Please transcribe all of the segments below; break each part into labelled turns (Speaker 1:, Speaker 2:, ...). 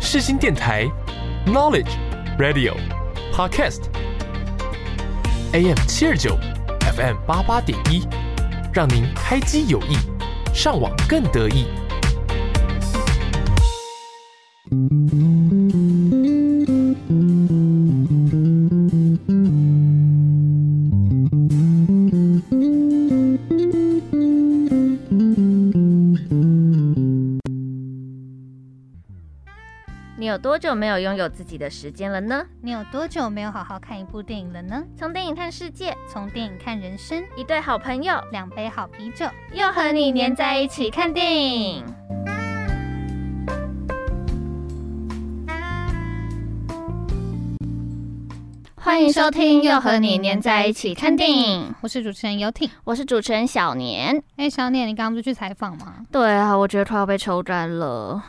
Speaker 1: 世新电台 Knowledge Radio Podcast AM 七二九 FM 八八点一，让您开机有意，上网更得意。
Speaker 2: 你有多久没有拥有自己的时间了呢？
Speaker 3: 你有多久没有好好看一部电影了呢？
Speaker 2: 从电影看世界，
Speaker 3: 从电影看人生，
Speaker 2: 一对好朋友
Speaker 3: 两杯好啤酒，
Speaker 2: 又和你黏在一起看电影。欢迎收听《又和你黏在一起看电影》，
Speaker 3: 我是主持人游艇。
Speaker 2: 我是主持人小年。
Speaker 3: 哎、小念，你刚刚不是去采访吗？
Speaker 2: 对啊，我觉得快要被抽干了。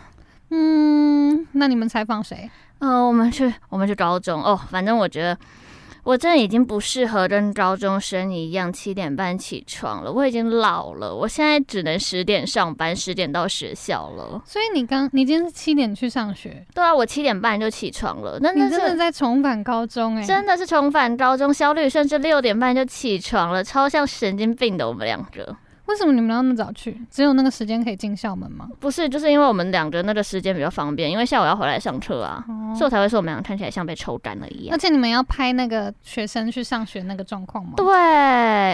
Speaker 3: 嗯，那你们采访谁？
Speaker 2: 呃，我们去我们去高中哦，反正我觉得我真的已经不适合跟高中生一样七点半起床了，我已经老了，我现在只能十点上班，十点到学校了。
Speaker 3: 所以你刚，你今天是七点去上学，
Speaker 2: 对啊，我七点半就起床了，那
Speaker 3: 你
Speaker 2: 那
Speaker 3: 真的
Speaker 2: 是。
Speaker 3: 在重返高中哎、
Speaker 2: 真的是重返高中，小吕甚至六点半就起床了，超像神经病的我们两个。
Speaker 3: 为什么你们要那么早去？只有那个时间可以进校门吗？
Speaker 2: 不是，就是因为我们两个那个时间比较方便，因为下午要回来上课啊，
Speaker 3: 哦
Speaker 2: 所以我才会说我们俩看起来像被抽干了一
Speaker 3: 而
Speaker 2: 样。
Speaker 3: 且你们要拍那个学生去上学那个状况吗？
Speaker 2: 对，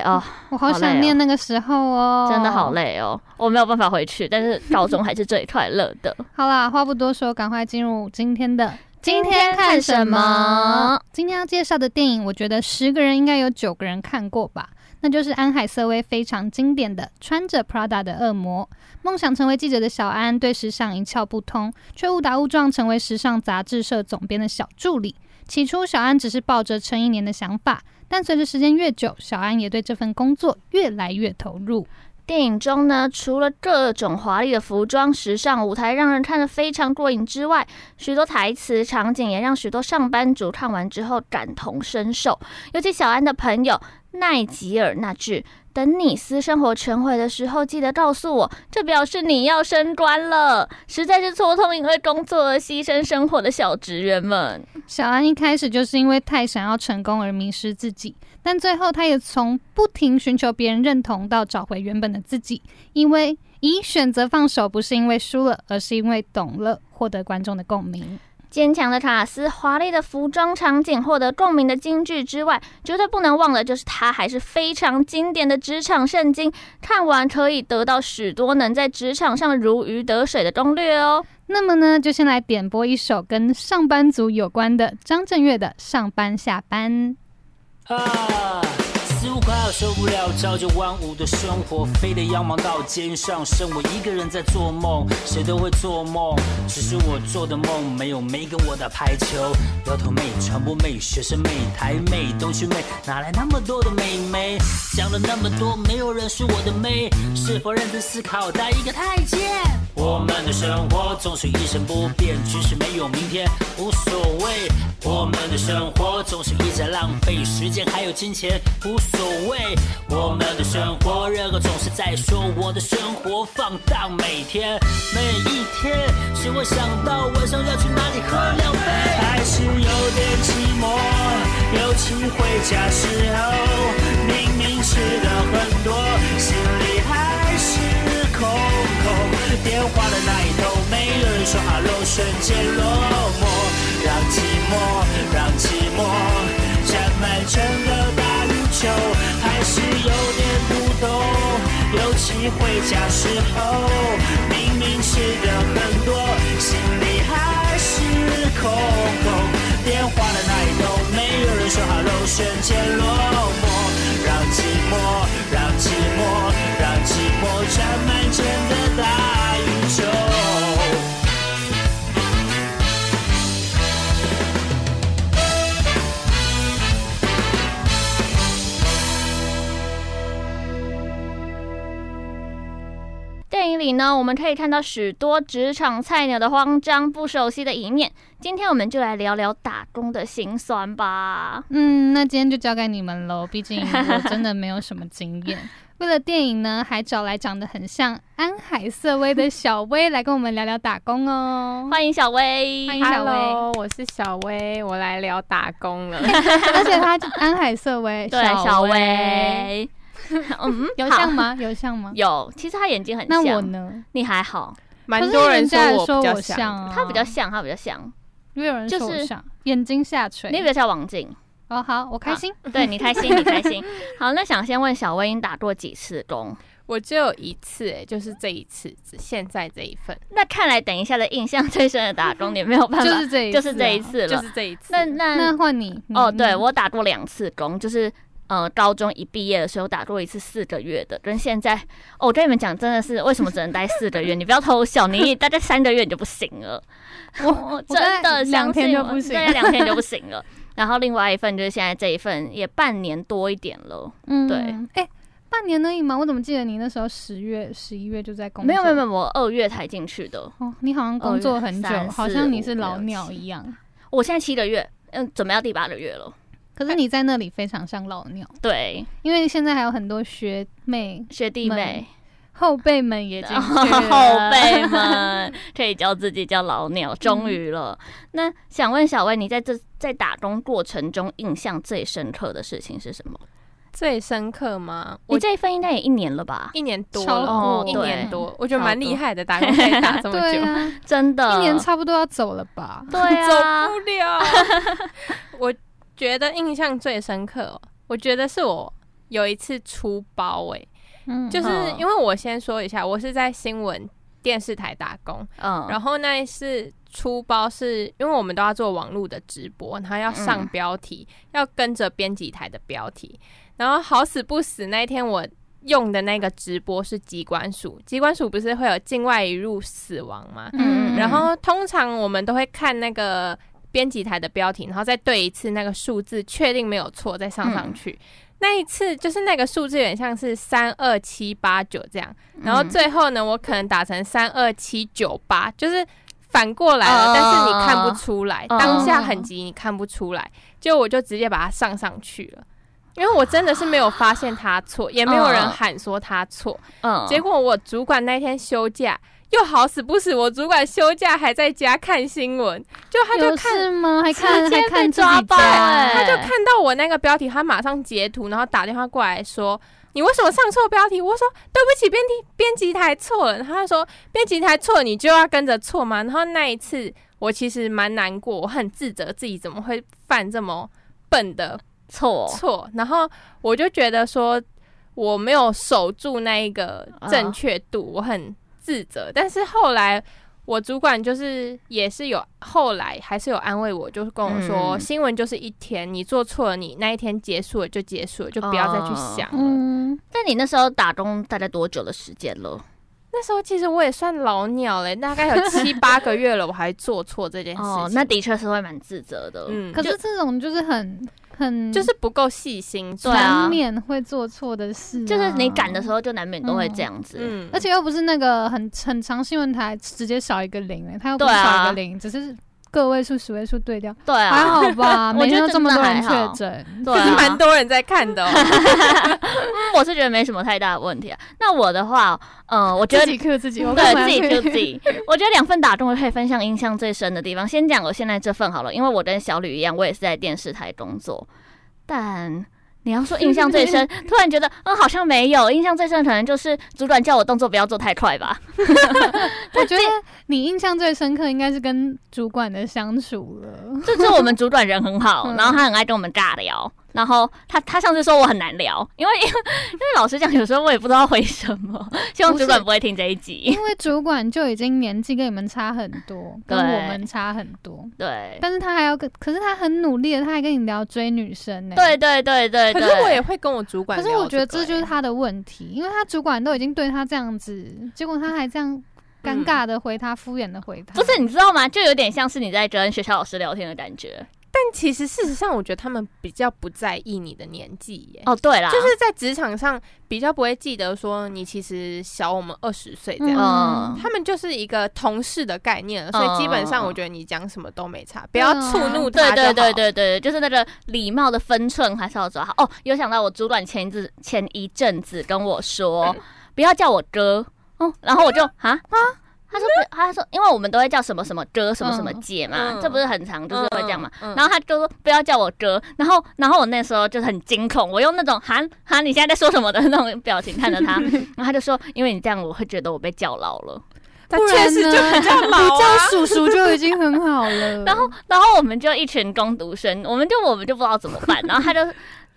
Speaker 2: 哦，
Speaker 3: 我好想念那个时候哦，
Speaker 2: 真的好。累哦，我没有办法回去，但是高中还是最快乐的。
Speaker 3: 好啦，话不多说，赶快进入今天的。
Speaker 2: 今天看什么？
Speaker 3: 今天要介绍的电影，我觉得十个人应该有九个人看过吧。那就是安海瑟薇非常经典的《穿着 Prada 的恶魔》。梦想成为记者的小安对时尚一窍不通，却误打误撞成为时尚杂志社总编的小助理。起初，小安只是抱着撑一年的想法，但随着时间越久，小安也对这份工作越来越投入。
Speaker 2: 电影中呢，除了各种华丽的服装、时尚舞台让人看得非常过瘾之外，许多台词、场景也让许多上班族看完之后感同身受。尤其小安的朋友奈吉尔那句“等你私生活全毁的时候，记得告诉我，这表示你要升官了”，实在是戳痛因为工作而牺牲生活的小职员们。
Speaker 3: 小安一开始就是因为太想要成功而迷失自己，但最后他也从不停寻求别人认同到找回原本的自己。因为以选择放手，不是因为输了，而是因为懂了，获得观众的共鸣。
Speaker 2: 坚强的卡斯、华丽的服装场景、获得共鸣的金句之外，绝对不能忘了，就是它还是非常经典的职场圣经。看完可以得到许多能在职场上如鱼得水的攻略哦。
Speaker 3: 那么呢，就先来点播一首跟上班族有关的张震岳的《上班下班》。
Speaker 4: 啊，似乎快要受不了朝九晚五的生活，非得要忙到肩上身。我一个人在做梦，谁都会做梦，只是我做的梦没有没跟我打排球。摇头妹、传播妹、学生妹、台妹、东区妹，哪来那么多的妹妹？讲了那么多，没有人是我的妹。是否认真思考，当一个太监？我们的生活总是一成不变，即使没有明天，无所谓。我们的生活总是一直在浪费时间，还有金钱，无所谓。我们的生活，热狗总是在说我的生活放荡，每天每一天，谁会想到晚上要去哪里喝两杯？还是有点寂寞，尤其回家时候，明明吃的很多，心里还是空空。电话的那一头没人说 hello，瞬间落寞。让寂寞，让寂寞沾满整个大宇宙，还是有点不懂。尤其回家时候，明明吃的很多，心里还是空空。电话的那一头没有人说 hello，瞬间落寞。让寂寞，让寂寞，让寂寞沾满整个大宇宙。
Speaker 2: 电影里呢，我们可以看到许多职场菜鸟的慌张、不熟悉的一面。今天我们就来聊聊打工的辛酸吧。
Speaker 3: 嗯，那今天就交给你们喽，毕竟我真的没有什么经验，为了电影呢，还找来长得很像安海瑟薇的小薇来跟我们聊聊打工哦。
Speaker 2: 欢迎小薇，
Speaker 3: 欢迎小薇
Speaker 5: Hello，我是小薇，我来聊打工 了。
Speaker 3: 而且她安海瑟薇，
Speaker 2: 对小，薇，嗯，
Speaker 3: 有
Speaker 2: 好
Speaker 3: 像？吗？有像吗？
Speaker 2: 有，其实他眼睛很像。
Speaker 3: 那我呢？
Speaker 2: 你还好，
Speaker 5: 蛮
Speaker 3: 可
Speaker 5: 多
Speaker 3: 是人家也
Speaker 5: 说我
Speaker 3: 说
Speaker 5: 比较
Speaker 3: 我，像啊，
Speaker 2: 他比较像，他比较像，
Speaker 3: 因为有人
Speaker 2: 就
Speaker 3: 说我
Speaker 2: 是
Speaker 3: 像，眼睛下垂。
Speaker 2: 你比较像王静。
Speaker 3: 哦，好，我开心。
Speaker 2: 对你开心，你开心。好，那想先问小薇，你打过几次工？
Speaker 5: 我只有一次、哎，就是这一次，只现在这一份，
Speaker 2: 那看来等一下的印象最深的打工，你没有办法，
Speaker 3: 就是这一次
Speaker 2: 就
Speaker 3: 啊
Speaker 2: 是这一次
Speaker 5: 就
Speaker 2: 了。
Speaker 5: 是这一次。
Speaker 2: 那那
Speaker 3: 那嗯换你
Speaker 2: 哦，
Speaker 3: 你
Speaker 2: 对
Speaker 3: 你
Speaker 2: 我打过两次工，就是呃高中一毕业的时候打过一次四个月的，跟现在、哦我跟你们讲，真的是为什么只能待四个月？你不要偷笑，你大概三个月你就不行了。我
Speaker 3: 我大
Speaker 2: 真
Speaker 3: 概
Speaker 2: 的
Speaker 3: 两
Speaker 2: 相
Speaker 3: 天
Speaker 2: 信
Speaker 3: 就
Speaker 2: 我
Speaker 3: 不行
Speaker 2: 对，两天就不行了。然后另外一份就是现在这一份，也半年多一点了。
Speaker 3: 嗯
Speaker 2: 对，
Speaker 3: 哎、半年而已嘛，我怎么记得你那时候十月、十一月就在工作？
Speaker 2: 没有没有没哦有，我二月才进去的。
Speaker 3: 哦，你好像工作很久
Speaker 2: 二月，三
Speaker 3: 好
Speaker 2: 四
Speaker 3: 像你是
Speaker 2: 五六
Speaker 3: 老鸟一样。
Speaker 2: 我现在七个月，嗯，准备要第八个月了。
Speaker 3: 可是你在那里非常像老鸟，
Speaker 2: 对，
Speaker 3: 因为现在还有很多学妹、
Speaker 2: 学弟妹、
Speaker 3: 后辈们也进
Speaker 5: 嗯
Speaker 2: 然
Speaker 3: 去
Speaker 2: 后
Speaker 3: 了
Speaker 5: 啊
Speaker 2: 后辈们可以叫自己叫老鸟，终于了。那想问小薇，你在这在打工过程中印象最深刻的事情是什么？
Speaker 5: 最深刻吗？
Speaker 2: 你
Speaker 5: 我
Speaker 2: 这一份应该也一年了吧？
Speaker 5: 一年多
Speaker 3: 超
Speaker 5: 了，
Speaker 2: 过
Speaker 5: 哦一
Speaker 2: 对
Speaker 5: 年多，我觉得
Speaker 2: 超
Speaker 5: 蛮厉
Speaker 2: 多
Speaker 5: 害的，打工可以打这么
Speaker 3: 对
Speaker 5: 久。
Speaker 3: 啊，
Speaker 2: 真的，
Speaker 3: 一年差不多要走了吧？
Speaker 2: 对
Speaker 5: 走
Speaker 2: 啊，
Speaker 5: 不了。我觉得印象最深刻哦、我觉得是我有一次出包哎、
Speaker 3: 嗯，
Speaker 5: 就是
Speaker 2: 嗯
Speaker 5: 因为我先说一下，我是在新闻电视台打工，
Speaker 2: 嗯，
Speaker 5: 然后那一次出包是因为我们都要做网络的直播，然后要上
Speaker 2: 嗯
Speaker 5: 标题，要跟着编辑台的标题，然后好死不死那一天我。用的那个直播是机关署，机关署不是会有境外一入死亡吗？
Speaker 2: 嗯
Speaker 5: 然后通常我们都会看那个编辑台的标题，然后再对一次那个数字，确定没有错再上上去。
Speaker 2: 嗯
Speaker 5: 那一次就是那个数字有点像是三二七八九这样，
Speaker 2: 嗯
Speaker 5: 然后最后呢，我可能打成三二七九八，就是反过来了，
Speaker 2: 哦
Speaker 5: 但是你看不出来，
Speaker 2: 哦
Speaker 5: 当下很急你看不出来，就我就直接把它上上去了。因为我真的是没有发现他错，也没有人
Speaker 2: 嗯
Speaker 5: 喊说他错，
Speaker 2: 嗯，
Speaker 5: 结果我主管那天休假，又好死不死，我主管休假还在家看新闻，就他就
Speaker 3: 有
Speaker 5: 看。
Speaker 3: 事吗？还看
Speaker 2: 直接
Speaker 3: 还看
Speaker 2: 被
Speaker 3: 自己
Speaker 2: 抓包
Speaker 3: 家
Speaker 2: 哎
Speaker 5: 他就看到我那个标题，他马上截图，然后打电话过来说：“你为什么上错标题？”我说：“对不起，编辑编辑台错了。”然后他说：“编辑台错，你就要跟着错嘛。”然后那一次，我其实蛮难过，我很自责自己怎么会犯这么笨的
Speaker 2: 错，
Speaker 5: 错，然后我就觉得说我没有守住那一个
Speaker 3: 啊
Speaker 5: 正确度，我很自责。但是后来我主管就是也是有后来还是有安慰我，就是跟我说、
Speaker 2: 嗯
Speaker 5: 新闻就是一天，你做错了，你那一天结束了就结束了，就不要再去想了。
Speaker 3: 嗯，
Speaker 2: 但你那时候打工大概多久的时间了？
Speaker 5: 那时候其实我也算老鸟嘞，大概 有七八个月了，我还做错这件事情。
Speaker 2: 哦，那的确是会蛮自责的。
Speaker 5: 嗯，
Speaker 3: 可是嗯这种就是很很
Speaker 5: 就是不够细心，
Speaker 2: 对啊
Speaker 3: 难免会做错的事啊、
Speaker 2: 就是你赶的时候，就难免都会这样子。
Speaker 5: 嗯，
Speaker 3: 而且又不是那个很很长新闻台直接少一个零、欸，它又不是
Speaker 2: 对啊
Speaker 3: 少一个零，只是个位数、十位数对掉，
Speaker 2: 对
Speaker 3: 还
Speaker 2: 啊，
Speaker 3: 好吧？
Speaker 2: 我觉
Speaker 3: 每天
Speaker 2: 得
Speaker 3: 都这么多人确诊，
Speaker 2: 对
Speaker 5: 可是
Speaker 2: 啊，
Speaker 5: 蛮多人在看的、哦。
Speaker 3: 啊
Speaker 2: 我是觉得没什么太大的问题啊。那我的话，嗯、我觉得
Speaker 3: 自己 Q 自己，我干嘛
Speaker 2: 对自己就
Speaker 3: 要 Q
Speaker 2: 自己，我觉得两份打中我可以分享印象最深的地方。先讲我现在这份好了，因为我跟小吕一样，我也是在电视台工作，但。你要说印象最 深，突然觉得，嗯，好像没有。印象最深可能就是主管叫我动作不要做太快吧。
Speaker 3: 我觉得你印象最深刻应该是跟主管的相处了，
Speaker 2: 这是我们主管人很好
Speaker 3: 嗯，
Speaker 2: 然后他很爱跟我们尬聊。然后他他上次说我很难聊，因为因为因为老实讲，有时候我也不知道回什么。希望
Speaker 3: 不是
Speaker 2: 主管不会听这一集。
Speaker 3: 因为主管就已经年纪跟你们差很 多，跟
Speaker 2: 对
Speaker 3: 我们差很多，
Speaker 2: 对
Speaker 3: 但是他还要跟，可是他很努力的，他还跟你聊追女生呢、
Speaker 2: 对对对对
Speaker 5: 可
Speaker 2: 对。
Speaker 5: 是我也会跟我主
Speaker 3: 可
Speaker 5: 管聊
Speaker 3: 是
Speaker 5: 个欸、
Speaker 3: 我觉得这就是他的问题，因为他主管都已经对他这样子，结果他还这样尴尬的回他，敷衍的回他。
Speaker 2: 不是，你知道吗？就有点像是你在跟学校老师聊天的感觉。
Speaker 5: 其实事实上，我觉得他们比较不在意你的年纪耶。
Speaker 2: 哦，对啦，
Speaker 5: 就是在职场上比较不会记得说你其实小我们二十岁这样，
Speaker 2: 嗯
Speaker 5: 他们就是一个同事的概念了，所以基本上我觉得你讲什么都没差，不要
Speaker 3: 嗯
Speaker 5: 触怒
Speaker 2: 对
Speaker 5: 他就好
Speaker 2: 对对，对对，就是那个礼貌的分寸还是要抓好。哦，有想到我主管前一阵前一阵子跟我说，
Speaker 5: 嗯
Speaker 2: 不要叫我哥，哦，然后我就啊啊。他说不，他说，因为我们都会叫什么什么哥、什么什么姐嘛，
Speaker 5: 嗯
Speaker 2: 这不是很常就是会这样嘛。
Speaker 5: 嗯嗯
Speaker 2: 然后他就说不要叫我哥，然后然后我那时候就是很惊恐，我用那种喊喊你现在在说什么的那种表情看着 他，然后他就说，因为你这样我会觉得我被叫老了。
Speaker 5: 但
Speaker 3: 不
Speaker 5: 确
Speaker 3: 然
Speaker 5: 实
Speaker 3: 呢？
Speaker 5: 就 比 较老
Speaker 3: 你
Speaker 5: 啊
Speaker 3: 叫。叔叔就已经很好 了。
Speaker 2: 然后，然后我们就一群工读生，我们就我们就不知道怎么 办。然后他就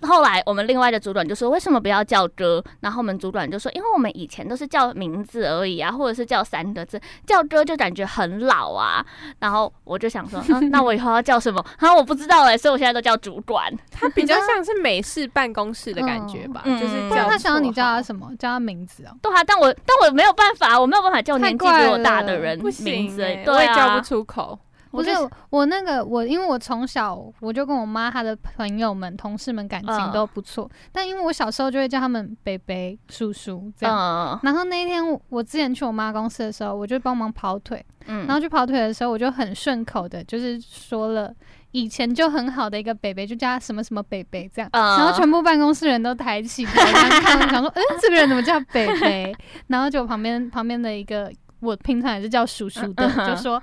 Speaker 2: 后来我们另外的主管就说，为什么不要叫哥？然后我们主管就说，因为我们以前都是叫名字而已啊，或者是叫三个字，叫哥就感觉很老啊。然后我就想 说，嗯，那我以后要叫什么？然后我不知道哎、所以我现在都叫主管。
Speaker 5: 他比较像是美式办公室的感觉吧，
Speaker 2: 嗯
Speaker 5: 就是
Speaker 3: 不然
Speaker 5: 叫
Speaker 3: 他想要你叫他
Speaker 5: 绰
Speaker 3: 什么？叫他名字哦。
Speaker 2: 对啊，但我但我没有办法，我没有办法叫
Speaker 3: 太
Speaker 2: 年纪
Speaker 3: 怪
Speaker 2: 比我大
Speaker 3: 了
Speaker 2: 的人
Speaker 5: 号不行、
Speaker 2: 名字、
Speaker 5: 欸，我
Speaker 2: 对
Speaker 5: 也叫
Speaker 2: 啊
Speaker 5: 不，出口。
Speaker 3: 不是
Speaker 2: 就呃
Speaker 3: 我那个我，因为我从小我就跟我妈她的朋友们、同事们感情
Speaker 2: 嗯
Speaker 3: 都不错，但因为我小时候就会叫他们北北、叔叔这样。
Speaker 2: 嗯
Speaker 3: 然后那一天我我之前去我妈公司的时候，我就帮忙跑腿，
Speaker 2: 嗯，
Speaker 3: 然后去跑腿的时候，我就很顺口的，就是说了以前就很好的一个北北，就叫他什么什么北北这样。
Speaker 2: 嗯
Speaker 3: 然后全部办公室人都抬起头，然后看我想说，嗯，这个人怎么叫北 北？然后就旁边旁边的一个我平常也是叫叔叔的
Speaker 2: 嗯，嗯
Speaker 3: 就说。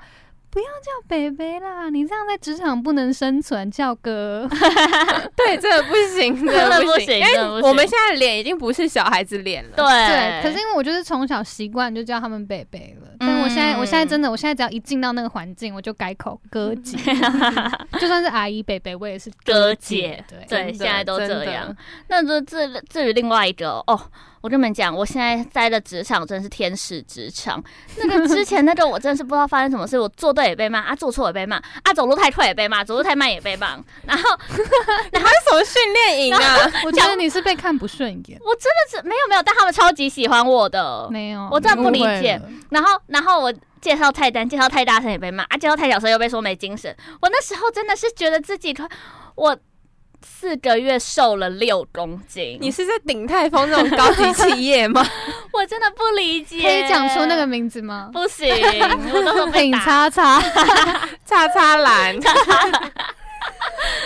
Speaker 3: 不要叫北北啦，你这样在职场不能生存，叫哥。
Speaker 5: 对，真的不行，
Speaker 2: 真的
Speaker 5: 的
Speaker 2: 不
Speaker 5: 不
Speaker 2: 行
Speaker 5: 因
Speaker 2: 真的不
Speaker 5: 为
Speaker 2: 行
Speaker 5: 我们现在的脸已经不是小孩子脸了。
Speaker 2: 对
Speaker 3: 对，可是因为我就是从小习惯就叫他们北北了，但我现
Speaker 2: 嗯
Speaker 3: 在、我现在真的，我现在只要一进到那个环境，我就改口 哥姐，就算是阿姨北北，我也是
Speaker 2: 哥
Speaker 3: 姐
Speaker 2: 姐。
Speaker 3: 对，
Speaker 2: 对
Speaker 5: 真的
Speaker 2: 现在都这
Speaker 5: 真的
Speaker 2: 样那这至至于另外一个哦，我跟你们讲，我现在在的职场真是天使职场。那个之前那个我真是不知道发生什么事，我做对也被骂啊，做错也被骂啊，走路太快也被骂，走路太慢也被骂。然后
Speaker 5: 还有什么训练营啊？
Speaker 3: 我觉得你是被看不顺眼，
Speaker 2: 我真的是没有没有，但他们超级喜欢我的。
Speaker 3: 没有，
Speaker 2: 我真的不理
Speaker 3: 你误会
Speaker 2: 解
Speaker 3: 了。
Speaker 2: 然后然后我介绍菜单，介绍太大声也被骂啊，介绍太小声又被说没精神。我那时候真的是觉得自己快，我四个月瘦了六公斤，
Speaker 5: 你是在鼎泰丰那种高级企业 吗？
Speaker 2: 我真的不理解。
Speaker 3: 可以讲出那个名字吗？
Speaker 2: 不行，我都会 被
Speaker 3: 品
Speaker 2: 打。
Speaker 3: 叉 叉
Speaker 5: 叉叉蓝，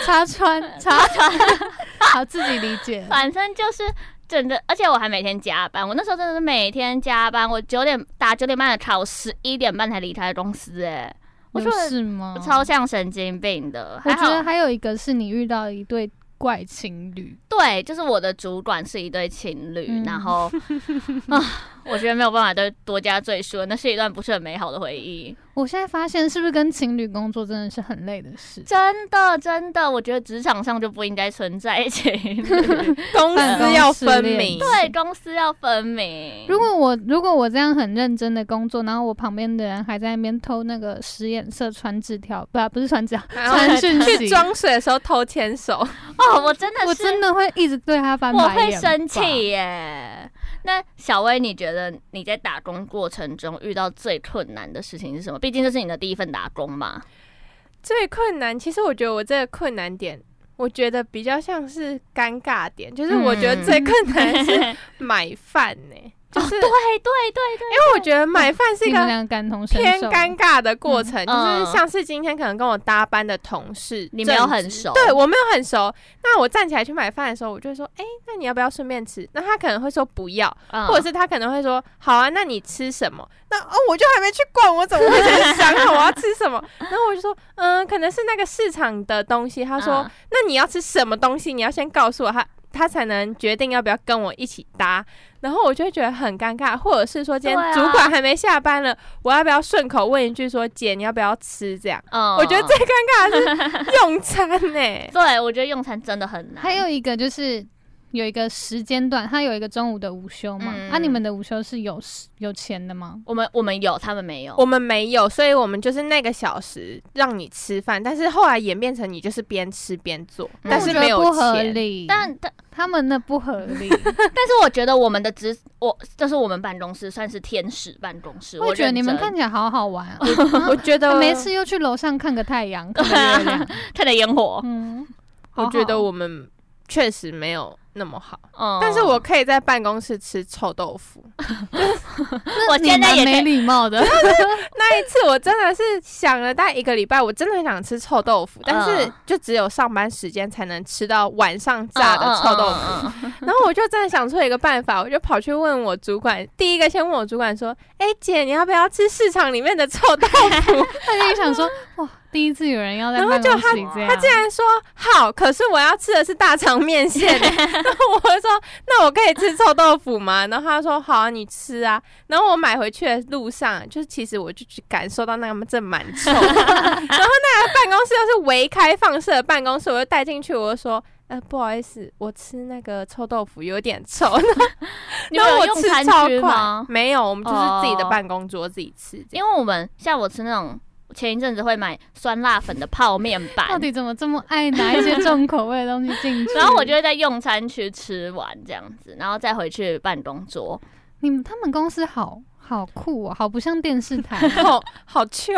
Speaker 3: 叉穿 叉穿， 好自己理解。
Speaker 2: 反正就是整个，而且我还每天加班。我那时候真的是每天加班，我九点打九点半的卡，我十一点半才离开公司、哎， 我觉
Speaker 3: 有
Speaker 2: 得
Speaker 3: 是吗
Speaker 2: 我？超像神经病的。
Speaker 3: 我
Speaker 2: 还
Speaker 3: 觉得
Speaker 2: 好，
Speaker 3: 还有一个是你遇到一对怪情侣，
Speaker 2: 对，就是我的主管是一对情侣，
Speaker 3: 嗯
Speaker 2: 然后 啊，我觉得没有办法再多加赘述了，那是一段不是很美好的回忆。
Speaker 3: 我现在发现是不是跟情侣工作真的是很累的事？
Speaker 2: 真的，真的，我觉得职场上就不应该存在情侣，
Speaker 5: 公司要分 明。
Speaker 2: 对，公司要分明。
Speaker 3: 如果我如果我这样很认真的工作，然后我旁边的人还在那边偷那个使眼色、传纸条，不、不是 传纸条，
Speaker 5: 然后
Speaker 3: 传讯息
Speaker 5: 去装水的时候偷牵手，
Speaker 2: 哦，我真的是，
Speaker 3: 我真的会一直对他翻白
Speaker 2: 我
Speaker 3: 眼，
Speaker 2: 会生气。耶。那小薇，你觉得你在打工过程中遇到最困难的事情是什么？毕竟这是你的第一份打工嘛。
Speaker 5: 最困难。其实我觉得我这个困难点，我觉得比较像是尴尬点，就是我觉得最困难的 是买饭呢、 就是
Speaker 2: 哦对对对对，
Speaker 5: 因为我觉得买饭是一
Speaker 3: 你
Speaker 5: 个
Speaker 3: 们两个感同身
Speaker 5: 偏
Speaker 3: 受，
Speaker 5: 尴尬的过程，
Speaker 2: 嗯
Speaker 5: 就是像是今天可能跟我搭班的同事，
Speaker 2: 你没有
Speaker 5: 正
Speaker 2: 很熟，
Speaker 5: 对我没有很熟。那我站起来去买饭的时候，我就会说：“哎、那你要不要顺便吃？”那他可能会说不要，
Speaker 2: 嗯
Speaker 5: 或者是他可能会说：“好啊，那你吃什么？”那哦，我就还没去逛，我怎么会先想好我要吃什 么？然后我就说：“嗯，可能是那个市场的东西。”他说：“
Speaker 2: 嗯
Speaker 5: 那你要吃什么东西？你要先告诉我他。”他才能决定要不要跟我一起搭，然后我就会觉得很尴尬，或者是说今
Speaker 2: 对啊
Speaker 5: 天主管还没下班了，我要不要顺口问一句说姐你要不要吃这样？
Speaker 2: 嗯
Speaker 5: 我觉得最尴尬的是用餐欸呢、
Speaker 2: 对，我觉得用餐真的很难。
Speaker 3: 还有一个就是有一个时间段，他有一个中午的午休嘛，
Speaker 2: 嗯
Speaker 3: 啊，你们的午休是有时有钱的吗？
Speaker 2: 我们我们有，他们没有。
Speaker 5: 我们没有，所以我们就是那个小时让你吃饭，但是后来演变成你就是边吃边做，
Speaker 2: 嗯
Speaker 5: 但
Speaker 3: 我
Speaker 5: 是
Speaker 3: 觉
Speaker 5: 没
Speaker 3: 得
Speaker 5: 有
Speaker 3: 不合
Speaker 5: 钱。
Speaker 3: 理，
Speaker 2: 但但
Speaker 3: 他们那不合理，
Speaker 2: 但是我觉得我们的职，我就是我们办公室算是天使办公室。
Speaker 3: 我觉得
Speaker 2: 认
Speaker 3: 你们
Speaker 2: 真
Speaker 3: 看起来好好玩啊！
Speaker 5: 我觉得
Speaker 3: 没事，又去楼上看个太阳，看个 月亮。
Speaker 2: 看的烟火，
Speaker 3: 嗯，好
Speaker 5: 我
Speaker 3: 好
Speaker 5: 觉得我们确实没有那么好，
Speaker 2: 嗯，
Speaker 3: 哦
Speaker 5: 但是我可以在办公室吃臭豆腐。
Speaker 2: 我
Speaker 3: 你
Speaker 2: 现在
Speaker 3: 蛮
Speaker 2: 也可
Speaker 3: 没
Speaker 2: 以，
Speaker 3: 礼貌 的。
Speaker 5: 那一次我真的是想了大概一个礼拜，我真的很想吃臭豆腐，但是
Speaker 2: 嗯
Speaker 5: 就只有上班时间才能吃到晚上炸的臭豆腐。
Speaker 2: 腐，嗯
Speaker 5: 然后我就真的想出了一个办法，我就跑去问我主管，第一个先问我主管说：“哎、姐，你要不要吃市场里面的臭豆腐
Speaker 3: 他就一想说，哇，第一次有人要在
Speaker 5: 然后
Speaker 3: 办
Speaker 5: 就
Speaker 3: 公室里这样，
Speaker 5: 他竟然说好，可是我要吃的是大肠面线。 然后我就说那我可以吃臭豆腐吗？然后他说好啊，你吃啊。然后我买回去的路上，就是其实我就去感受到那个正蛮臭的。 然后那个办公室又是微开放式的办公室，我就带进去，我就说。呃，不好意思，我吃那个臭豆腐有点臭，
Speaker 2: 你们
Speaker 5: 然后
Speaker 2: 有
Speaker 5: 我
Speaker 2: 用
Speaker 5: 吃
Speaker 2: 餐
Speaker 5: 超
Speaker 2: 区吗
Speaker 5: 快，？没有，我们就是自己的
Speaker 2: 哦
Speaker 5: 办公桌自己吃 这
Speaker 2: 因
Speaker 5: 样，
Speaker 2: 为我们像我吃那种前一阵子会买酸辣粉的泡 面
Speaker 3: 到
Speaker 2: 版，
Speaker 3: 底怎么这么爱拿一些重口味的东西进 去？
Speaker 2: 然后我就会在用餐区吃完这样子，然后再回去办公桌。
Speaker 3: 你们他们公司好好酷哦，好不像电视台。
Speaker 5: 好好臭，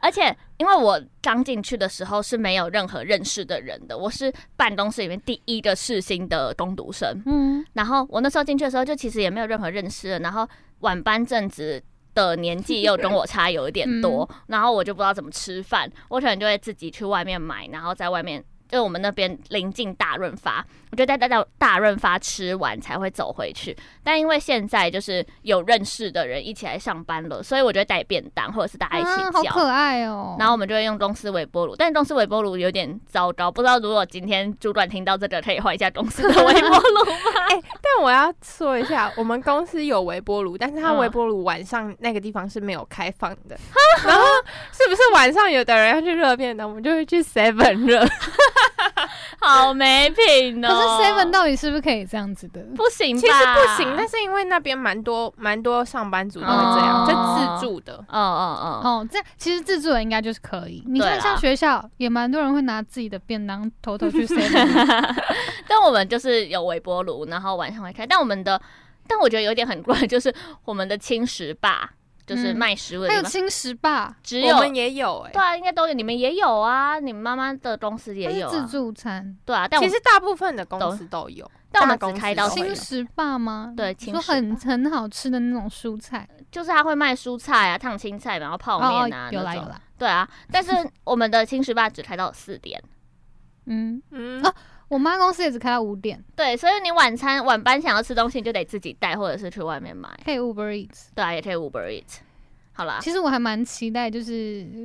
Speaker 2: 而且因为我刚进去的时候是没有任何认识的人的，我是办公室里面第一个试新的攻读生。
Speaker 3: 嗯，
Speaker 2: 然后我那时候进去的时候，就其实也没有任何认识的，然后晚班正值。的年纪又跟我差有一点多，然后我就不知道怎么吃饭，我可能就会自己去外面买，然后在外面，就我们那边临近大润发，我就在大大大润发吃完才会走回去。但因为现在就是有认识的人一起来上班了，所以我就会带便当或者是大家一起
Speaker 3: 啊， 好
Speaker 2: 叫。
Speaker 3: 可爱哦。
Speaker 2: 然后我们就会用公司微波炉，但公司微波炉有点糟糕，不知道如果今天主管听到这个，可以换一下公司的微波炉。
Speaker 5: 但我要说一下，我们公司有微波炉，但是它
Speaker 2: 嗯
Speaker 5: 微波炉晚上那个地方是没有开放的。然后是不是晚上有的人要去热便当，我们就会去 Seven 热？
Speaker 2: 好没品哦！
Speaker 3: 可是 Seven 到底是不是可以这样子的？
Speaker 2: 不行吧，
Speaker 5: 其实不行，但是因为那边蛮多蛮多上班族都会这样，
Speaker 2: 哦
Speaker 5: 就自助的。
Speaker 2: 哦哦哦，
Speaker 3: 哦，这其实自助的应该就是可以。你
Speaker 2: 对
Speaker 3: 看，
Speaker 2: 啦
Speaker 3: 像学校也蛮多人会拿自己的便当偷 偷去 seven，
Speaker 2: 但我们就是有微波炉，然后晚上会开，但我们的，但我觉得有点很怪，就是我们的轻食吧，就是
Speaker 3: 嗯
Speaker 2: 卖食物的
Speaker 3: 还有
Speaker 2: 地方，
Speaker 3: 轻食吧，
Speaker 2: 只
Speaker 5: 我
Speaker 2: 有
Speaker 5: 们也有哎、
Speaker 2: 对啊，应该都有，你们也有啊，你们妈妈的公司
Speaker 3: 它
Speaker 2: 也
Speaker 3: 是
Speaker 2: 有、
Speaker 3: 自
Speaker 2: 啊，
Speaker 3: 助餐。
Speaker 2: 对啊，但我
Speaker 5: 其实大部分的公司都有，
Speaker 2: 但我们
Speaker 5: 大公
Speaker 2: 只
Speaker 5: 司
Speaker 2: 开到
Speaker 5: 都会
Speaker 3: 轻
Speaker 5: 有
Speaker 2: 清
Speaker 3: 食吧吗？
Speaker 2: 对
Speaker 3: 你
Speaker 2: 轻
Speaker 3: 说
Speaker 2: 食
Speaker 3: 很
Speaker 2: 吧
Speaker 3: 很好吃的那种蔬菜。
Speaker 2: 就是他会卖蔬菜啊、烫青菜，然后泡
Speaker 3: 哦，
Speaker 2: 面啊，
Speaker 3: 哦有
Speaker 2: 那
Speaker 3: 啦有
Speaker 2: 种
Speaker 3: 啦，
Speaker 2: 对啊，但是我们的青石吧只开到四点，
Speaker 3: 嗯，
Speaker 5: 嗯，
Speaker 3: 哦我妈公司也只开到五点，
Speaker 2: 对，所以你晚餐晚班想要吃东西，你就得自己带，或者是去外面买，
Speaker 3: 可以 Uber Eats。
Speaker 2: 对啊，也可以 Uber Eat。好啦，
Speaker 3: 其实我还蛮期待，就是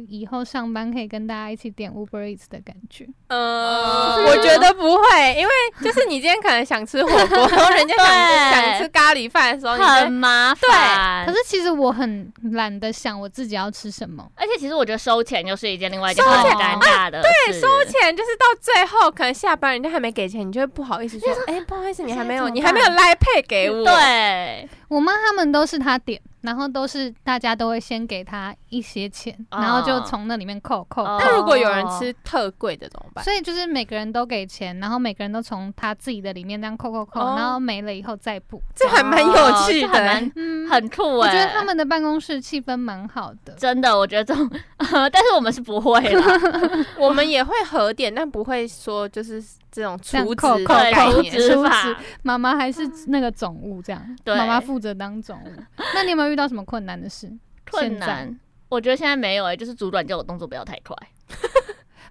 Speaker 3: 以后上班可以跟大家一起点 Uber Eats 的感觉。
Speaker 5: 呃，
Speaker 2: 哦
Speaker 5: 我觉得不会，因为就是你今天可能想吃 火锅，然后人家想
Speaker 2: 对
Speaker 5: 想吃咖喱饭的时候，你就
Speaker 2: 很麻烦。
Speaker 3: 可是其实我很懒得想我自己要吃什么，
Speaker 2: 而且其实我觉得收钱又是一件另外一件
Speaker 3: 收
Speaker 2: 很
Speaker 3: 钱
Speaker 2: 尴尬的对，收
Speaker 5: 而且就是到最后，可能下班人家还没给钱，你就会不好意思说，哎、不好意思，你还没有，
Speaker 3: 现在怎么办
Speaker 5: 你还没有来配给我。，
Speaker 2: 对，
Speaker 3: 我妈他们都是她点，然后都是大家都会先给她一些钱，
Speaker 2: 哦
Speaker 3: 然后就从那里面扣扣。
Speaker 2: 哦
Speaker 5: 那如果有人吃特贵的怎么办？
Speaker 3: 所以就是每个人都给钱，然后每个人都从他自己的里面这样扣扣扣，
Speaker 5: 哦
Speaker 3: 然后没了以后再补。
Speaker 5: 这还蛮有趣
Speaker 2: 哦这
Speaker 5: 的、
Speaker 2: 还蛮
Speaker 3: 嗯，
Speaker 2: 很酷
Speaker 3: 我
Speaker 2: 哎、
Speaker 3: 觉得他们的办公室气氛蛮好的。
Speaker 2: 真的，我觉得这种， 但是我们是不会啦，
Speaker 5: 我们也会合点，但不会说就是这种
Speaker 3: 这样
Speaker 5: 厨
Speaker 3: 扣
Speaker 5: 子的
Speaker 3: 扣
Speaker 5: 概
Speaker 2: 对，
Speaker 3: 扣
Speaker 5: 念。
Speaker 2: 吃
Speaker 3: 厨
Speaker 2: 法
Speaker 3: 子妈妈还是那个总务这样，
Speaker 2: 嗯对
Speaker 3: 妈妈负责当总务。那你有没有遇到什么困难的事？
Speaker 2: 困
Speaker 3: 现在
Speaker 2: 难。我觉得现在没有哎、就是主管叫我动作不要太快。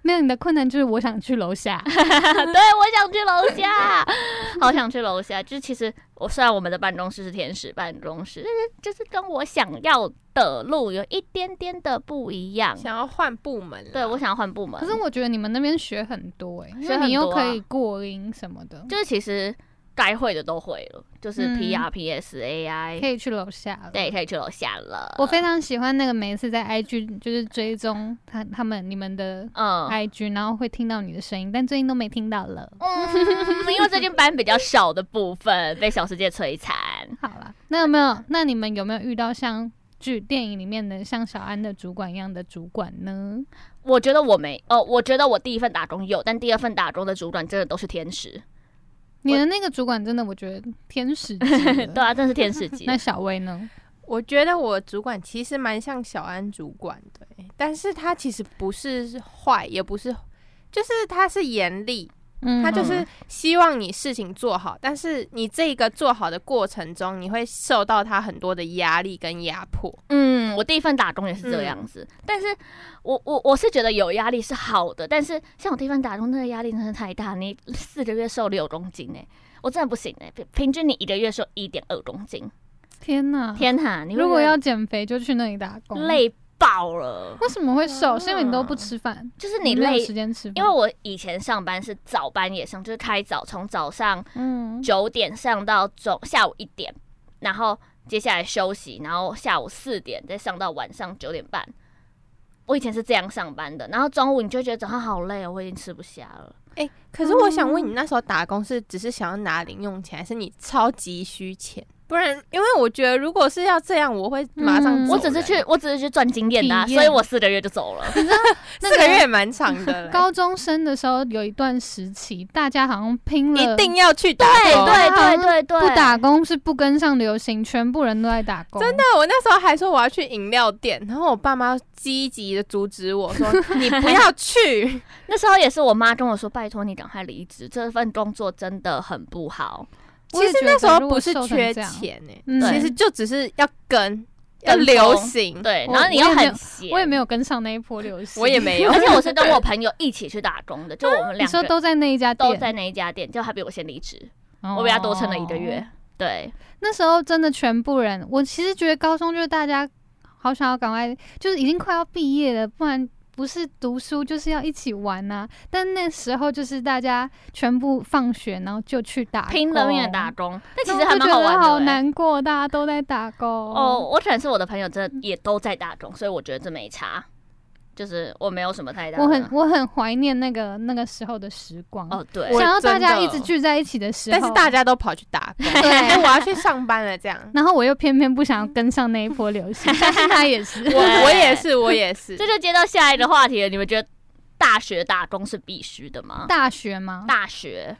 Speaker 3: 没有，你的困难就是我想去 楼下。
Speaker 2: 对，我想去楼下，好想去楼下。就是其实我虽然我们的办公室是天使办公室，但是就是跟我想要的路有一点点的不一样。
Speaker 5: 想要换部门了，
Speaker 2: 对我想要换部门，
Speaker 3: 可是我觉得你们那边学很多哎、欸，因
Speaker 2: 学
Speaker 3: 为
Speaker 2: 很
Speaker 3: 你又
Speaker 2: 多啊
Speaker 3: 可以过音什么的，
Speaker 2: 就是其实该会的都会了，就是
Speaker 3: 嗯
Speaker 2: P R P S A
Speaker 3: 可
Speaker 2: I，
Speaker 3: 以去楼下了。
Speaker 2: 对，可以去楼下了。
Speaker 3: 我非常喜欢那个每一次在 IG 就是追踪他他们你们的
Speaker 2: 嗯
Speaker 3: IG，、然后会听到你的声音，但最近都没听到了。
Speaker 2: 嗯，因为最近班比较少的部分被小世界摧残。
Speaker 3: 好了，那有没有？那你们有没有遇到像剧电影里面的像小安的主管一样的主管呢？
Speaker 2: 我觉得我没，哦，我觉得我第一份打工有，但第二份打工的主管真的都是天使。
Speaker 3: 你的那个主管真的，我觉得天使级的
Speaker 2: 对啊，真的是天使级。
Speaker 3: 那小薇呢？
Speaker 5: 我觉得我主管其实蛮像小安主管的欸、但是他其实不是坏，也不是，就是他是严厉，
Speaker 3: 嗯
Speaker 5: 他就是希望你事情做好，但是你这个做好的过程中，你会受到他很多的压力跟压迫。
Speaker 2: 嗯，我第一份打工也是这
Speaker 5: 嗯
Speaker 2: 样子，但是我我我是觉得有压力是好的，但是像我第一份打工，那个压力真的太大，你四个月瘦六公斤哎、我真的不行哎、平平均你一个月瘦一点二公斤，
Speaker 3: 天哪！
Speaker 2: 天哪！你会
Speaker 3: 啊如果
Speaker 2: 觉
Speaker 3: 要
Speaker 2: 得
Speaker 3: 减肥，就去那里打工。，
Speaker 2: 累爆了，
Speaker 3: 为什么会瘦？是因为你都不吃饭，
Speaker 2: 就是
Speaker 3: 你
Speaker 2: 你
Speaker 3: 没有
Speaker 2: 累，
Speaker 3: 时间吃饭。
Speaker 2: 因为我以前上班是早班也上，就是开早，从早上
Speaker 3: 嗯，
Speaker 2: 九点上到中下午一点，然后接下来休息，然后下午四点再上到晚上九点半。我以前是这样上班的，然后中午你就会觉得早上好累哦，我已经吃不下了。
Speaker 5: 哎、可是我想问你，
Speaker 2: 嗯
Speaker 5: 那时候打工是只是想要拿零用钱，还是你超级需钱？不然，因为我觉得如果是要这样，我会马上
Speaker 3: 嗯
Speaker 5: 走人、
Speaker 2: 我只是去，我只是去赚经验的啊、
Speaker 3: 体验
Speaker 2: 所以我四个月就走了。
Speaker 5: 四个月也蛮长 的嘞，
Speaker 3: 高中生的时候有一段时期，大家好像拼了，
Speaker 5: 一定要去打
Speaker 2: 对
Speaker 5: 工。
Speaker 2: 对对对对，
Speaker 3: 哦不打工是不跟上流行，全部人都在打工。
Speaker 5: 真的，我 那时候还说我要去饮料店，然后我爸妈积极的阻止 我说你不要去。
Speaker 2: 那时候也是我妈跟我说：“拜托你赶快离职，这份工作真的很不好。
Speaker 3: 我
Speaker 5: 其
Speaker 3: 也
Speaker 5: 实
Speaker 3: 觉得
Speaker 5: 那时候
Speaker 3: 如
Speaker 5: 不
Speaker 3: 果
Speaker 5: 是
Speaker 3: 瘦成
Speaker 5: 缺
Speaker 3: 这样
Speaker 5: 钱呢、
Speaker 3: 嗯
Speaker 5: 其实就只是要跟要
Speaker 2: 跟风
Speaker 5: 流”行。
Speaker 2: 对，
Speaker 3: 我
Speaker 2: 然后你
Speaker 3: 我
Speaker 2: 又
Speaker 3: 也没有
Speaker 2: 很闲，
Speaker 3: 我也没有跟上那一波流行，
Speaker 5: 我 也没有
Speaker 2: 而且我是跟我朋友一起去打工的，就我们
Speaker 3: 你
Speaker 2: 两
Speaker 3: 说
Speaker 2: 个
Speaker 3: 都在那一家店，
Speaker 2: 都在那一家店，就他比我先离职，
Speaker 3: 哦，
Speaker 2: 我比他多撑了一个月。对，
Speaker 3: 那时候真的全部人，我其实觉得高中就是大家好想要赶快，就是已经快要毕业了，不然不是读书就是要一起玩呐、但那时候就是大家全部放学然后就去打工，
Speaker 2: 拼了命的打，工，但其
Speaker 3: 那
Speaker 2: 实还蛮
Speaker 3: 好
Speaker 2: 玩的、
Speaker 3: 好
Speaker 2: 欸
Speaker 3: 难过，大家都在打工
Speaker 2: 哦，，我可能是我的朋友真的也都在打工，所以我觉得这没差，就是我没有什么太大的。
Speaker 3: 我很我很怀念那个那个时候的时光。
Speaker 2: 哦，对，
Speaker 5: 我
Speaker 3: 想要大家
Speaker 5: 真
Speaker 3: 一
Speaker 5: 的
Speaker 3: 直聚在一起的时候，
Speaker 5: 但是大家都跑去打工，
Speaker 3: 对。
Speaker 5: 哎，我要去上班了 这样
Speaker 3: 然后我又偏偏不想要跟上那一波流行，相信他也是。
Speaker 5: 我我也是，我也 是。
Speaker 2: 这就接到下一个话题了。你们觉得大学打工是必须的吗？
Speaker 3: 大学吗？
Speaker 2: 大学，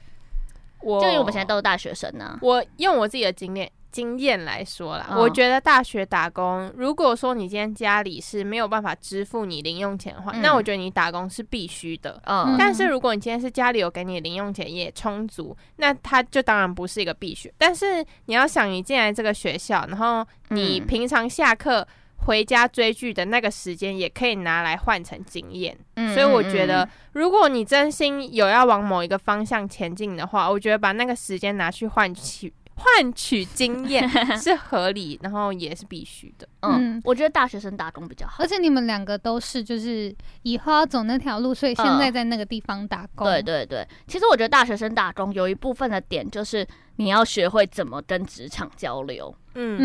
Speaker 5: 我
Speaker 2: 就因为我们现在都是大学生啊呢、
Speaker 5: 我用我自己的经验经验来说啦，
Speaker 2: 嗯
Speaker 5: 我觉得大学打工，如果说你今天家里是没有办法支付你零用钱的话，
Speaker 2: 嗯
Speaker 5: 那我觉得你打工是必须的。
Speaker 2: 嗯，
Speaker 5: 但是如果你今天是家里有给你零用钱也充足，那它就当然不是一个必须。但是你要想，你进来这个学校，然后你
Speaker 2: 嗯
Speaker 5: 平常下课回家追剧的那个时间，也可以拿来换成经验。
Speaker 2: 嗯
Speaker 5: 所以我觉
Speaker 2: 嗯
Speaker 5: 得，如果你真心有要往某一个方向前进的话，我觉得把那个时间拿去换取换取 经验是合理，然后也是必须的。
Speaker 2: 嗯
Speaker 3: 嗯
Speaker 2: 我觉得大学生打工比较好
Speaker 3: 而。且你们两个都是，就是以后要走那条路，所以现在在那个地方打工。
Speaker 2: 嗯对，对对，其实我觉得大学生打工有一部分的点就是你要学会怎么跟职场交流，
Speaker 5: 嗯，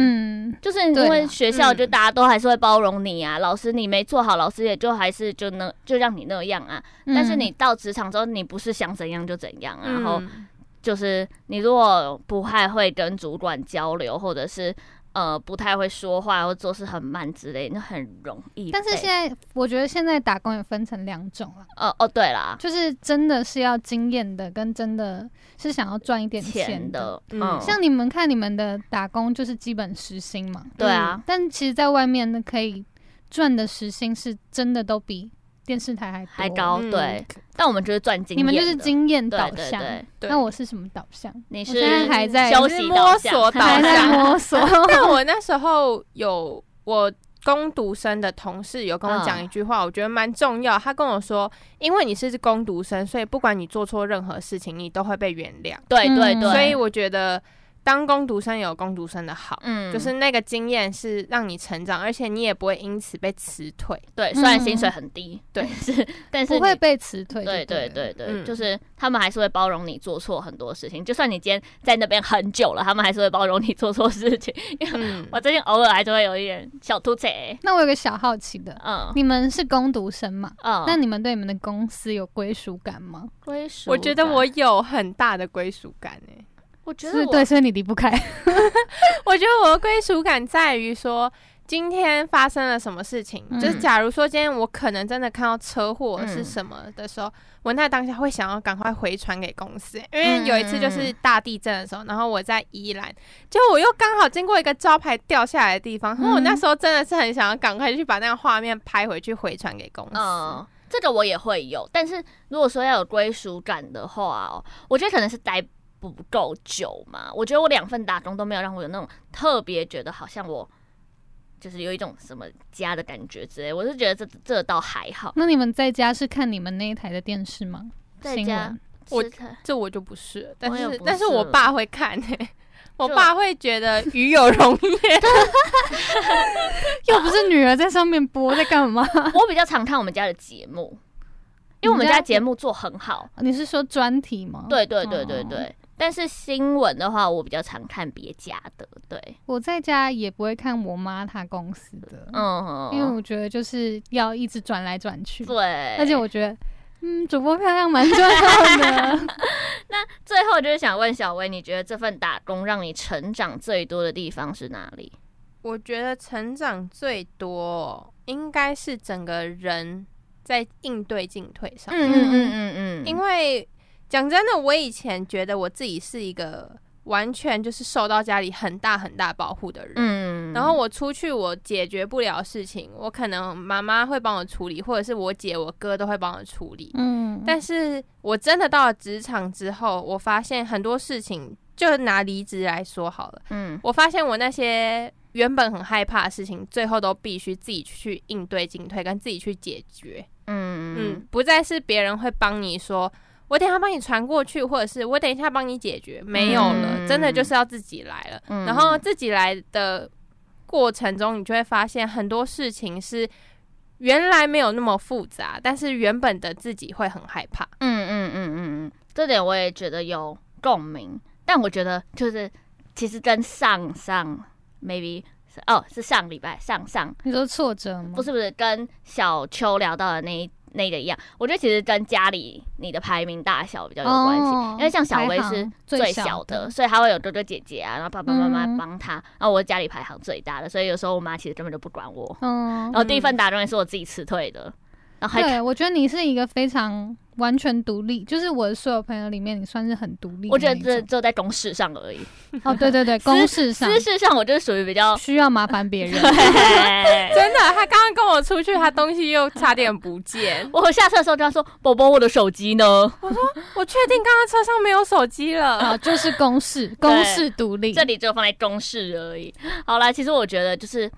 Speaker 3: 嗯，
Speaker 2: 就是因
Speaker 3: 对
Speaker 2: 为
Speaker 3: 啊
Speaker 2: 学校
Speaker 5: 嗯
Speaker 2: 就大家都还是会包容你啊，老师你没做好，老师也就还是就那就让你那样啊。
Speaker 3: 嗯
Speaker 2: 但是你到职场之后，你不是想怎样就怎样啊，然后
Speaker 5: 嗯
Speaker 2: 就是你如果不太会跟主管交流，或者是呃不太会说话或做事很慢之类，那很容易被。
Speaker 3: 但是现在我觉得现在打工也分成两种了，
Speaker 2: 哦哦对啦，
Speaker 3: 就是真的是要经验的，跟真的是想要赚一点
Speaker 2: 钱
Speaker 3: 的。
Speaker 2: 的，
Speaker 5: 嗯
Speaker 2: 嗯，
Speaker 3: 像你们看你们的打工就是基本时薪嘛，嗯
Speaker 2: 对啊，
Speaker 3: 但其实在外面的可以赚的时薪是真的都比电视台还多
Speaker 2: 还高
Speaker 5: 嗯
Speaker 2: 对，但我们就是赚经
Speaker 3: 你
Speaker 2: 验的，
Speaker 3: 们就是经验
Speaker 2: 对
Speaker 3: 导
Speaker 2: 对
Speaker 3: 向。
Speaker 2: 对
Speaker 5: 对
Speaker 3: 那我是什么导向？
Speaker 2: 你
Speaker 3: 我
Speaker 2: 是
Speaker 3: 现在还在
Speaker 2: 休
Speaker 5: 是
Speaker 2: 息
Speaker 5: 摸
Speaker 2: 导向
Speaker 5: 索导
Speaker 3: 还在
Speaker 5: 向。
Speaker 3: 摸索。
Speaker 5: 但我 那时候有我攻读生的同事有跟我讲一句话，我觉得蛮重要。他跟我说，因为你是攻读生，所以不管你做错任何事情，你都会被原谅。
Speaker 2: 对对对，
Speaker 3: 嗯
Speaker 5: 所以我觉得当攻读生有攻读生的好。
Speaker 2: 嗯，
Speaker 5: 就是那个经验是让你成长，而且你也不会因此被辞退。
Speaker 2: 对，虽然薪水很低，对， 是但是
Speaker 3: 不会
Speaker 2: 你。
Speaker 3: 被辞退就
Speaker 2: 对
Speaker 3: 了。
Speaker 2: 对对对，
Speaker 5: 嗯
Speaker 2: 就是他们还是会包容你做错很多事情，就算你今天在那边很久了，他们还是会包容你做错事情。
Speaker 5: 嗯，
Speaker 2: 我最近偶尔还是会有一点小吐贼，
Speaker 3: 那我有个小好奇的，
Speaker 2: 嗯
Speaker 3: 你们是攻读生嘛？
Speaker 2: 嗯，
Speaker 3: 那你们对你们的公司有归属感吗？
Speaker 2: 归属
Speaker 5: 我觉得我
Speaker 2: 感，
Speaker 5: 有很大的归属感欸诶、
Speaker 2: 我觉
Speaker 3: 是
Speaker 2: 得我
Speaker 3: 对，所以你离不开。
Speaker 5: 我觉得我的归属感在于说，今天发生了什么事情，
Speaker 3: 嗯
Speaker 5: 就是假如说今天我可能真的看到车祸
Speaker 2: 嗯
Speaker 5: 是什么的时候，我那当下会想要赶快回传给公司，因为有一次
Speaker 2: 嗯
Speaker 5: 就是大地震的时候，然后我在宜兰，结果我又刚好经过一个招牌掉下来的地方，然后我
Speaker 2: 嗯
Speaker 5: 那时候真的是很想要赶快去把那个画面拍回去回传给公司。
Speaker 2: 嗯，这个我也会有，但是如果说要有归属感的话哦，我觉得可能是待不够久嘛。我觉得我两份打工都没有让我有那种特别觉得好像我就是有一种什么家的感觉之类。我是觉得这这倒还好，
Speaker 3: 那你们在家是看你们那一台的电视吗？
Speaker 2: 在
Speaker 3: 新
Speaker 2: 家
Speaker 3: 闻
Speaker 5: 我
Speaker 2: 吃菜
Speaker 5: 这我就不是了，但
Speaker 2: 我也
Speaker 5: 是
Speaker 2: 不
Speaker 5: 但是
Speaker 2: 是
Speaker 5: 我
Speaker 2: 了
Speaker 5: 爸会看、 欸，我
Speaker 2: 就
Speaker 5: 爸会觉得鱼有容颜，
Speaker 3: 又不是女儿在上面播，在 干嘛？
Speaker 2: 我比较常看我们家的节目，因为我们
Speaker 3: 你们
Speaker 2: 家
Speaker 3: 家
Speaker 2: 节目做很好。
Speaker 3: 你是说专题吗？
Speaker 2: 对对对对对。
Speaker 3: 哦
Speaker 2: 但是新闻的话，我比较常看别家的，对，
Speaker 3: 我在家也不会看我妈她公司的，
Speaker 2: 嗯，
Speaker 3: 因为我觉得就是要一直转来转去，
Speaker 2: 对，
Speaker 3: 而且我觉得，嗯，主播漂亮蛮重要 的。
Speaker 2: 最后就是想问小薇，你觉得这份打工让你成长最多的地方是哪里？
Speaker 5: 我觉得成长最多应该是整个人在应对进退上，
Speaker 2: 嗯嗯嗯嗯嗯，
Speaker 5: 因
Speaker 2: 为
Speaker 5: 为讲真的，我以前觉得我自己是一个完全就是受到家里很大很大保护的人，
Speaker 2: 嗯
Speaker 5: 然后我出去，我解决不了事情，我可能妈妈会帮我处理，或者是我姐、我哥都会帮我处理。
Speaker 3: 嗯，
Speaker 5: 但是我真的到了职场之后，我发现很多事情，就拿离职来说好了，
Speaker 2: 嗯
Speaker 5: 我发现我那些原本很害怕的事情，最后都必须自己去应对进退，跟自己去解决。
Speaker 2: 嗯
Speaker 5: 嗯，不再是别人会帮你说。我等一下帮你传过去，或者是我等一下帮你解决，没有了，
Speaker 2: 嗯
Speaker 5: 真的就是要自己来了。
Speaker 2: 嗯
Speaker 5: 然后自己来的过程中，你就会发现很多事情是原来没有那么复杂，但是原本的自己会很害怕。
Speaker 2: 嗯嗯嗯嗯嗯，这点我也觉得有共鸣，但我觉得就是其实跟上上 maybe 是哦是上礼拜上上
Speaker 3: 你说挫折吗？
Speaker 2: 不，是不是跟小秋聊到的那一那个一样，我觉得其实跟家里你的排名大小比较有关系，
Speaker 3: 哦
Speaker 2: 因为像小薇
Speaker 3: 排
Speaker 2: 是
Speaker 3: 行
Speaker 2: 最
Speaker 3: 最
Speaker 2: 小
Speaker 3: 小
Speaker 2: 的，
Speaker 3: 的
Speaker 2: 所以她会有哥哥姐姐啊，然后爸爸妈妈
Speaker 3: 嗯
Speaker 2: 帮她，然后我家里排行最大的，所以有时候我妈其实根本就不管我，
Speaker 3: 嗯
Speaker 2: 然，后第一份打工也是我自己辞退的，然哦后还
Speaker 3: 对，我觉得你是一个非常完全独立，就是我的所有朋友里面，你算是很独立的那一种。
Speaker 2: 我觉得这只有在公事上而已，
Speaker 3: 哦，对对对，公事上
Speaker 2: 私事上我就是属于比 较
Speaker 3: 需要麻烦别人。
Speaker 2: 对。。
Speaker 5: 真的，他刚刚跟我出去，他东西又差点不见
Speaker 2: 我下车的时候就要说：“宝宝，我的手机呢？
Speaker 5: 我确定刚刚车上没有手机 了。
Speaker 2: 嗯
Speaker 3: 啊，就是公事，公事独立。
Speaker 2: 这里只有放在公事而已。”好啦，其实我觉得就是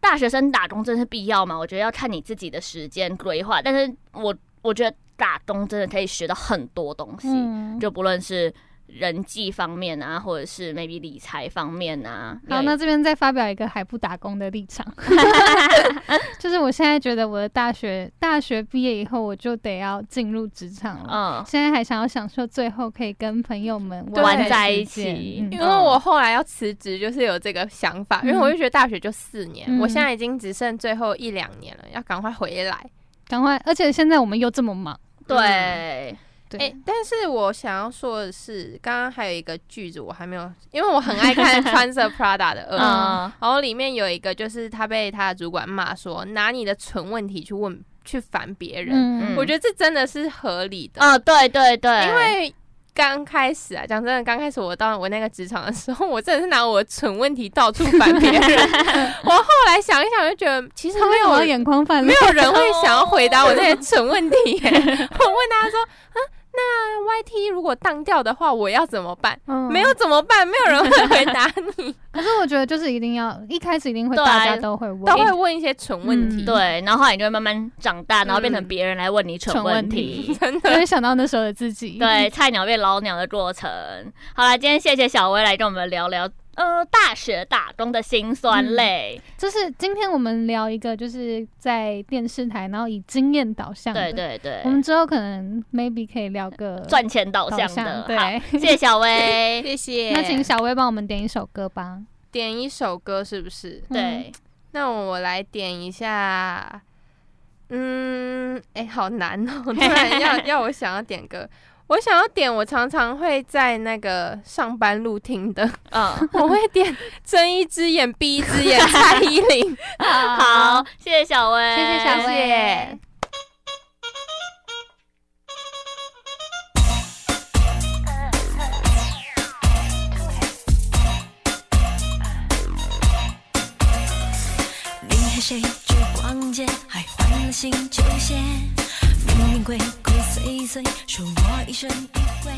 Speaker 2: 大学生打工真的是必要嘛？我觉得要看你自己的时间规划，但是我我觉得打工真的可以学到很多东西。
Speaker 3: 嗯，
Speaker 2: 就不论是人际方面啊，或者是 maybe 理财方面啊。
Speaker 3: 好，
Speaker 2: 对
Speaker 3: 那这边再发表一个还不打工的立场， 就是我现在觉得我的大学大学毕业以后，我就得要进入职场了。
Speaker 2: 嗯
Speaker 3: 现在还想要享受最后可以跟朋友们
Speaker 5: 玩
Speaker 3: 的
Speaker 2: 在
Speaker 3: 时
Speaker 2: 一起
Speaker 3: 间
Speaker 5: 因
Speaker 3: 嗯
Speaker 5: 为我后来要辞职，就是有这个想法，因为我就觉得大学就四年，
Speaker 3: 嗯
Speaker 5: 我现在已经只剩最后一两年了，要赶快回来。
Speaker 3: 赶快，而且现在我们又这么忙，
Speaker 2: 对，
Speaker 3: 对，
Speaker 5: 哎、但是我想要说的是，刚刚还有一个句子我还没有，因为我很爱 看穿着 Prada 的恶魔，
Speaker 2: 嗯
Speaker 3: 嗯
Speaker 5: 然后里面有一个就是他被他的主管骂说，拿你的蠢问题去问去烦别人，
Speaker 3: 嗯
Speaker 5: 我觉得这真的是合理的，
Speaker 2: 嗯，对对对，
Speaker 5: 因为。刚开始啊，讲真的，刚开始我到我那个职场的时候，我真的是拿我的蠢问题到处烦别人。我后来想一想，就觉得其实
Speaker 3: 他
Speaker 5: 没
Speaker 3: 为什
Speaker 5: 有
Speaker 3: 么要眼眶泛
Speaker 5: 没
Speaker 3: 泪？
Speaker 5: 有人会想要回答我这些蠢问题耶、我问他说：“啊，那 YT 如果当掉的话，我要怎么办？”
Speaker 3: 嗯
Speaker 5: 没有怎么办？没有人会回答你，
Speaker 3: 可是我觉得就是一定要一开始一定会
Speaker 2: 对
Speaker 3: 大家都会问，
Speaker 5: 都会问一些蠢问题。
Speaker 3: 嗯
Speaker 2: 对，然后后来你就会慢慢长大，然后变成
Speaker 5: 嗯
Speaker 2: 别人来问你蠢
Speaker 3: 蠢
Speaker 2: 问
Speaker 3: 问
Speaker 2: 题。
Speaker 5: 真
Speaker 3: 就
Speaker 5: 的，
Speaker 3: 会想到那时候的自己。嗯
Speaker 2: 对，菜鸟变老鸟的过程。好了，今天谢谢小薇来跟我们聊聊，呃，大学打工的辛酸泪。
Speaker 3: 就是今天我们聊一个，就是在电视台，然后以经验导向的。
Speaker 2: 对对对
Speaker 3: 我，们之后可能 maybe 可以聊个
Speaker 2: 赚钱导
Speaker 3: 导
Speaker 2: 向的。
Speaker 3: 对。
Speaker 2: 好，谢嗯谢小薇。
Speaker 5: 谢谢。
Speaker 3: 那请小薇帮我们点一首歌吧。嗯
Speaker 5: 点一首歌，是不是？
Speaker 2: 对，
Speaker 5: 那我来点一 下。嗯，哎、好难哦、突然要要我想要点歌，我想要点，我常常会在那个上班路听的，
Speaker 2: 嗯，
Speaker 5: 我会点 睁一只眼闭一只眼，蔡依林。
Speaker 2: 嗯好，谢谢小薇，
Speaker 3: 谢谢小薇。
Speaker 6: 你和谁去逛街，还换了新球鞋，明明鬼鬼祟祟，说我疑神疑鬼，